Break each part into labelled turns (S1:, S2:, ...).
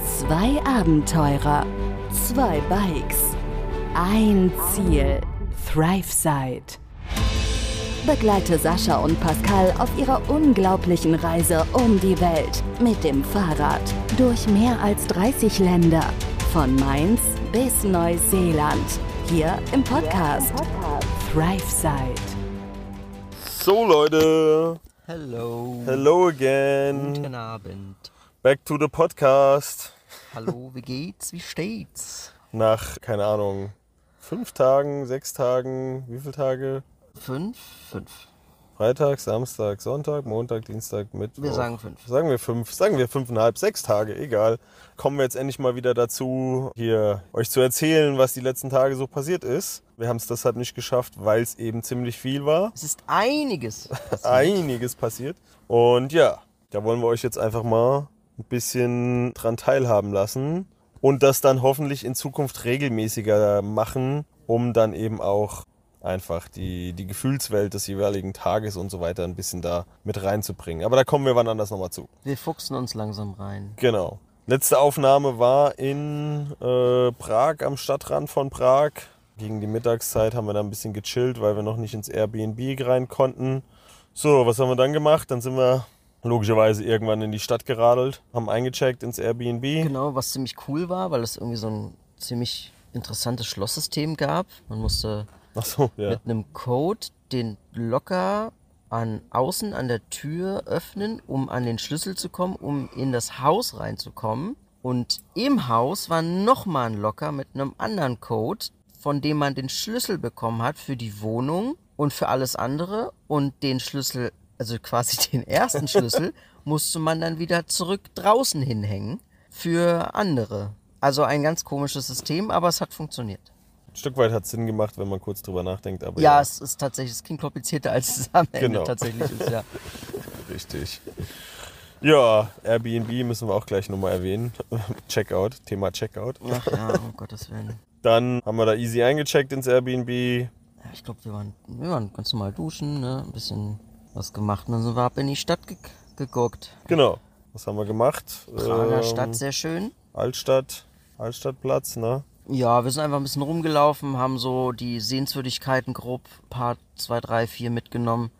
S1: Zwei Abenteurer, zwei Bikes, ein Ziel, ThriveSide. Begleite Sascha und Pascal auf ihrer unglaublichen Reise um die Welt mit dem Fahrrad durch mehr als 30 Länder, von Mainz bis Neuseeland, hier im Podcast ThriveSide.
S2: So Leute,
S3: Hello.
S2: hello again,
S3: Guten Abend.
S2: back to the podcast.
S3: Hallo, wie geht's? Wie steht's?
S2: Nach, keine Ahnung, fünf Tagen, sechs Tagen, wie viele Tage?
S3: Fünf? Fünf.
S2: Freitag, Samstag, Sonntag, Montag, Dienstag, Mittwoch.
S3: Wir sagen fünf.
S2: Sagen wir fünf, sagen wir fünfeinhalb, sechs Tage, egal. Kommen wir jetzt endlich mal wieder dazu, hier euch zu erzählen, was die letzten Tage so passiert ist. Wir haben es deshalb nicht geschafft, weil es eben ziemlich viel war.
S3: Es ist einiges.
S2: einiges passiert. Und ja, da wollen wir euch jetzt einfach mal ein bisschen dran teilhaben lassen und das dann hoffentlich in Zukunft regelmäßiger machen, um dann eben auch einfach die, die Gefühlswelt des jeweiligen Tages und so weiter ein bisschen da mit reinzubringen. Aber da kommen wir wann anders nochmal zu.
S3: Wir fuchsen uns langsam rein.
S2: Genau. Letzte Aufnahme war in äh, Prag, am Stadtrand von Prag. Gegen die Mittagszeit haben wir da ein bisschen gechillt, weil wir noch nicht ins Airbnb rein konnten. So, was haben wir dann gemacht? Dann sind wir logischerweise irgendwann in die Stadt geradelt, haben eingecheckt ins Airbnb.
S3: Genau, was ziemlich cool war, weil es irgendwie so ein ziemlich interessantes Schlosssystem gab. Man musste
S2: Ach so, ja.
S3: mit einem Code den Locker an außen an der Tür öffnen, um an den Schlüssel zu kommen, um in das Haus reinzukommen. Und im Haus war nochmal ein Locker mit einem anderen Code, von dem man den Schlüssel bekommen hat für die Wohnung und für alles andere. Und den Schlüssel, also quasi den ersten Schlüssel, musste man dann wieder zurück draußen hinhängen für andere. Also ein ganz komisches System, aber es hat funktioniert.
S2: Ein Stück weit hat es Sinn gemacht, wenn man kurz drüber nachdenkt. Aber
S3: Ja, es ist tatsächlich, es klingt komplizierter, als es am Ende
S2: Genau.
S3: tatsächlich ist, ja.
S2: Richtig. Ja, Airbnb müssen wir auch gleich nochmal erwähnen. Checkout, Thema Checkout.
S3: Ach ja, um Gottes Willen.
S2: Dann haben wir da easy eingecheckt ins Airbnb,
S3: Ja, ich glaube, wir waren, wir waren ganz normal duschen, ne? ein bisschen was gemacht und dann sind wir ab in die Stadt ge geguckt.
S2: Genau. Was haben wir gemacht?
S3: Prager
S2: Ähm,
S3: Stadt, sehr schön.
S2: Altstadt, Altstadtplatz, ne?
S3: Ja, wir sind einfach ein bisschen rumgelaufen, haben so die Sehenswürdigkeiten grob paar zwei, drei, vier mitgenommen.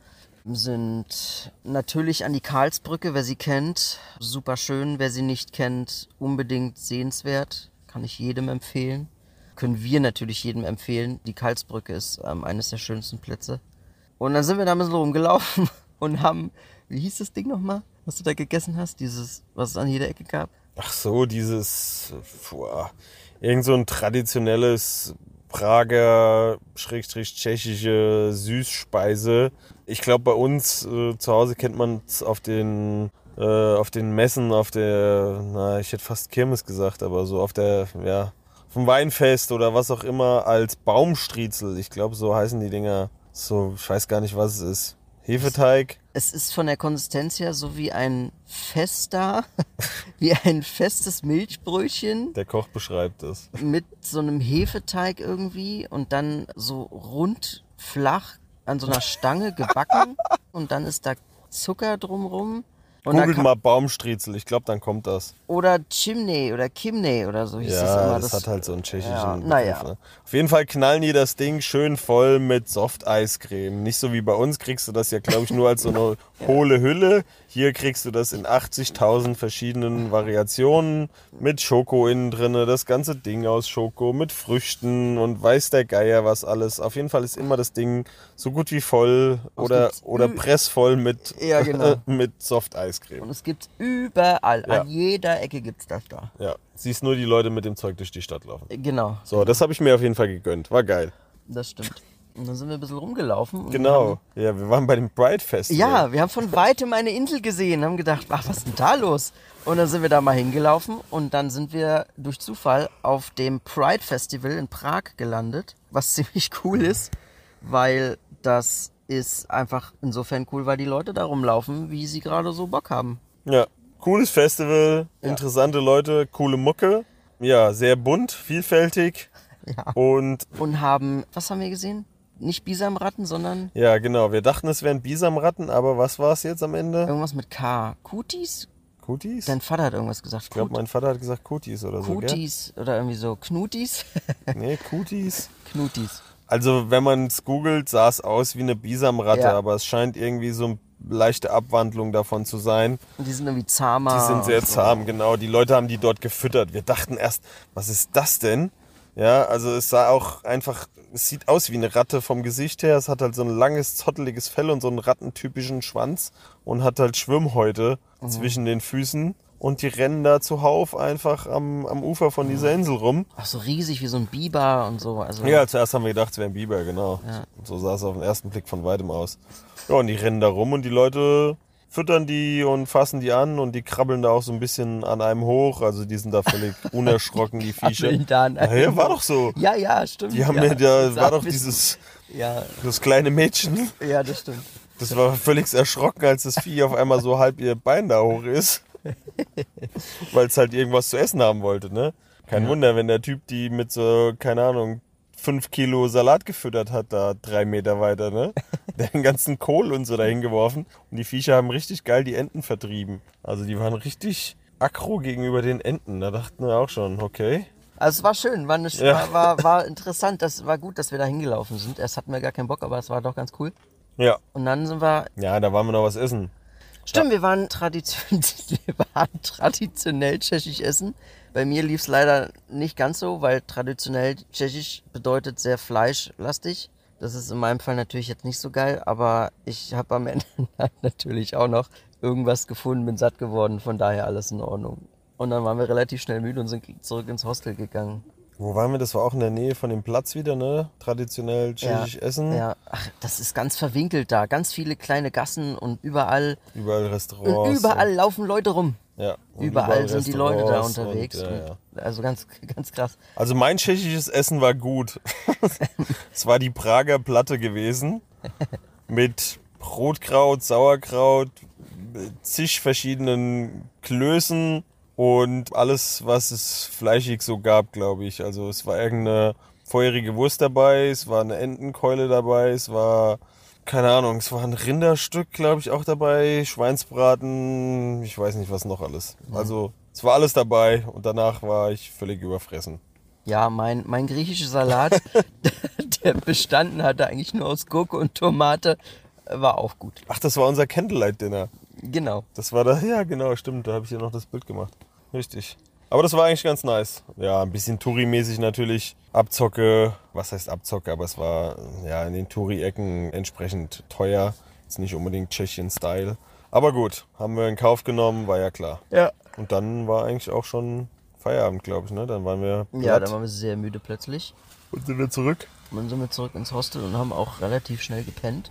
S3: Sind natürlich an die Karlsbrücke, wer sie kennt, super schön. Wer sie nicht kennt, unbedingt sehenswert. Kann ich jedem empfehlen. Können wir natürlich jedem empfehlen. Die Karlsbrücke ist ähm, eines der schönsten Plätze. Und dann sind wir da ein bisschen rumgelaufen und haben, wie hieß das Ding nochmal, was du da gegessen hast? Dieses, was es an jeder Ecke gab?
S2: Ach so, dieses, boah, irgend so ein traditionelles Prager, Schrägstrich, tschechische Süßspeise. Ich glaube, bei uns äh, zu Hause kennt man es auf den, äh, auf den Messen, auf der, na, ich hätte fast Kirmes gesagt, aber so auf der, ja, vom Weinfest oder was auch immer als Baumstriezel. Ich glaube, so heißen die Dinger. So, ich weiß gar nicht, was es ist. Hefeteig.
S3: Es ist von der Konsistenz her so wie ein fester, wie ein festes Milchbrötchen
S2: Der Koch beschreibt es.
S3: mit so einem Hefeteig irgendwie und dann so rund, flach an so einer Stange gebacken und dann ist da Zucker drumrum. Und da
S2: Googelt
S3: kann,
S2: mal Baumstriezel, ich glaube, dann kommt das.
S3: oder Chimney oder Kimney oder so hieß das
S2: Ja,
S3: immer.
S2: das, hat halt so einen tschechischen
S3: ja,
S2: Begriff,
S3: naja.
S2: ne? Auf jeden Fall knallen die das Ding schön voll mit Soft-Eiscreme. Nicht so wie bei uns kriegst du das ja, glaube ich, nur als so eine hohle Hülle. Hier kriegst du das in 80.000 verschiedenen Variationen mit Schoko innen drinne, das ganze Ding aus Schoko mit Früchten und weiß der Geier was alles. Auf jeden Fall ist immer das Ding so gut wie voll oder,
S3: gibt's?
S2: oder
S3: Ü-
S2: pressvoll mit,
S3: Ja, genau.
S2: mit Soft-Eiscreme.
S3: Und es gibt's überall,
S2: Ja.
S3: an jeder Ecke gibt's das da.
S2: Ja, siehst nur die Leute mit dem Zeug durch die Stadt laufen.
S3: Genau,
S2: So, das habe ich mir auf jeden Fall gegönnt. War geil.
S3: das stimmt. Und dann sind wir ein bisschen rumgelaufen. und
S2: Genau. Ja, wir waren bei dem Pride Festival.
S3: Ja, wir haben von weitem eine Insel gesehen, haben gedacht, ach, was ist denn da los? Und dann sind wir da mal hingelaufen und dann sind wir durch Zufall auf dem Pride Festival in Prag gelandet, was ziemlich cool ist, weil das ist einfach insofern cool, weil die Leute da rumlaufen, wie sie gerade so Bock haben.
S2: Ja. Cooles Festival, interessante Leute, coole Mucke. Ja, sehr bunt, vielfältig.
S3: Ja.
S2: Und
S3: Und haben, was haben wir gesehen? Nicht Bisamratten, sondern
S2: ja, genau. Wir dachten, es wären Bisamratten, aber was war es jetzt am Ende?
S3: irgendwas mit K. Kutis?
S2: Kutis?
S3: Dein Vater hat irgendwas gesagt.
S2: ich glaube, mein Vater hat gesagt Kutis oder so, gell?
S3: Kutis oder irgendwie so Knutis.
S2: Nee, Kutis.
S3: Knutis.
S2: Also, wenn man es googelt, sah es aus wie eine Bisamratte,
S3: Ja.
S2: aber es scheint irgendwie so eine leichte Abwandlung davon zu sein.
S3: Und die sind irgendwie zahmer.
S2: Die sind sehr
S3: und so.
S2: zahm, genau. Die Leute haben die dort gefüttert. Wir dachten erst, was ist das denn? Ja, also es sah auch einfach, es sieht aus wie eine Ratte vom Gesicht her. Es hat halt so ein langes, zotteliges Fell und so einen rattentypischen Schwanz und hat halt Schwimmhäute zwischen den Füßen. Und die rennen da zuhauf einfach am, am Ufer von dieser Insel rum.
S3: Auch so riesig wie so ein Biber und so. Also
S2: Ja, zuerst haben wir gedacht, es wäre ein Biber, genau. So sah es auf den ersten Blick von weitem aus. Ja, und die rennen da rum und die Leute füttern die und fassen die an und die krabbeln da auch so ein bisschen an einem hoch. Also die sind da völlig unerschrocken, die Viecher.
S3: krabbeln da an einem
S2: ja, ja, war
S3: hoch.
S2: doch so.
S3: ja, ja, stimmt.
S2: Die haben
S3: ja,
S2: ja, da
S3: Das
S2: war doch
S3: wissen-
S2: dieses
S3: Ja,
S2: das kleine Mädchen,
S3: ja, das stimmt.
S2: das war völlig erschrocken, als das Vieh auf einmal so halb ihr Bein da hoch ist. Weil es halt irgendwas zu essen haben wollte, ne? Kein Wunder, wenn der Typ die mit so, keine Ahnung, 5 Kilo Salat gefüttert hat, da drei Meter weiter, ne? Den ganzen Kohl und so dahin geworfen. Und die Viecher haben richtig geil die Enten vertrieben. Also die waren richtig aggro gegenüber den Enten. Da dachten wir auch schon, okay.
S3: Also es war schön, war, eine, sch-
S2: Ja.
S3: war, war, war interessant, das war gut, dass wir da hingelaufen sind. Erst hatten wir gar keinen Bock, aber es war doch ganz cool.
S2: Ja.
S3: Und dann sind wir,
S2: Ja, da waren wir noch was essen.
S3: stimmt, wir waren, tradition, wir waren traditionell tschechisch essen. Bei mir lief es leider nicht ganz so, weil traditionell tschechisch bedeutet sehr fleischlastig. Das ist in meinem Fall natürlich jetzt nicht so geil, aber ich habe am Ende natürlich auch noch irgendwas gefunden, bin satt geworden, von daher alles in Ordnung. Und dann waren wir relativ schnell müde und sind zurück ins Hostel gegangen.
S2: Wo waren wir? Das war auch in der Nähe von dem Platz wieder, ne? Traditionell tschechisch essen.
S3: Ja, ach, das ist ganz verwinkelt da. Ganz viele kleine Gassen und überall,
S2: Überall
S3: und
S2: Restaurants.
S3: überall laufen Leute rum.
S2: und- ja, und
S3: überall, sind die Leute da
S2: Restaurants und-
S3: unterwegs.
S2: ja, ja.
S3: Und, also ganz, ganz krass.
S2: Also mein tschechisches Essen war gut. es war die Prager Platte gewesen mit Rotkraut, Sauerkraut, zig verschiedenen Klößen und alles, was es fleischig so gab, glaube ich. Also es war irgendeine feurige Wurst dabei, es war eine Entenkeule dabei, es war keine Ahnung, es war ein Rinderstück, glaube ich, auch dabei, Schweinsbraten, ich weiß nicht, was noch alles. Also es war alles dabei und danach war ich völlig überfressen.
S3: Ja, mein, mein griechischer Salat, der bestanden hatte eigentlich nur aus Gurke und Tomate, war auch gut.
S2: Ach, das war unser Candlelight-Dinner.
S3: Genau.
S2: Das war da, ja genau, stimmt, da habe ich ja noch das Bild gemacht. Richtig. Aber das war eigentlich ganz nice. Ja, ein bisschen Touri-mäßig natürlich. Abzocke, was heißt Abzocke, aber es war ja in den Touri-Ecken entsprechend teuer. Ist nicht unbedingt Tschechien-Style. Aber gut, haben wir in Kauf genommen, war ja klar.
S3: Ja.
S2: Und dann war eigentlich auch schon Feierabend, glaube ich, ne? Dann waren wir
S3: Ja,
S2: platt
S3: dann waren wir sehr müde plötzlich.
S2: und sind wir zurück.
S3: Und dann sind wir zurück ins Hostel und haben auch relativ schnell gepennt.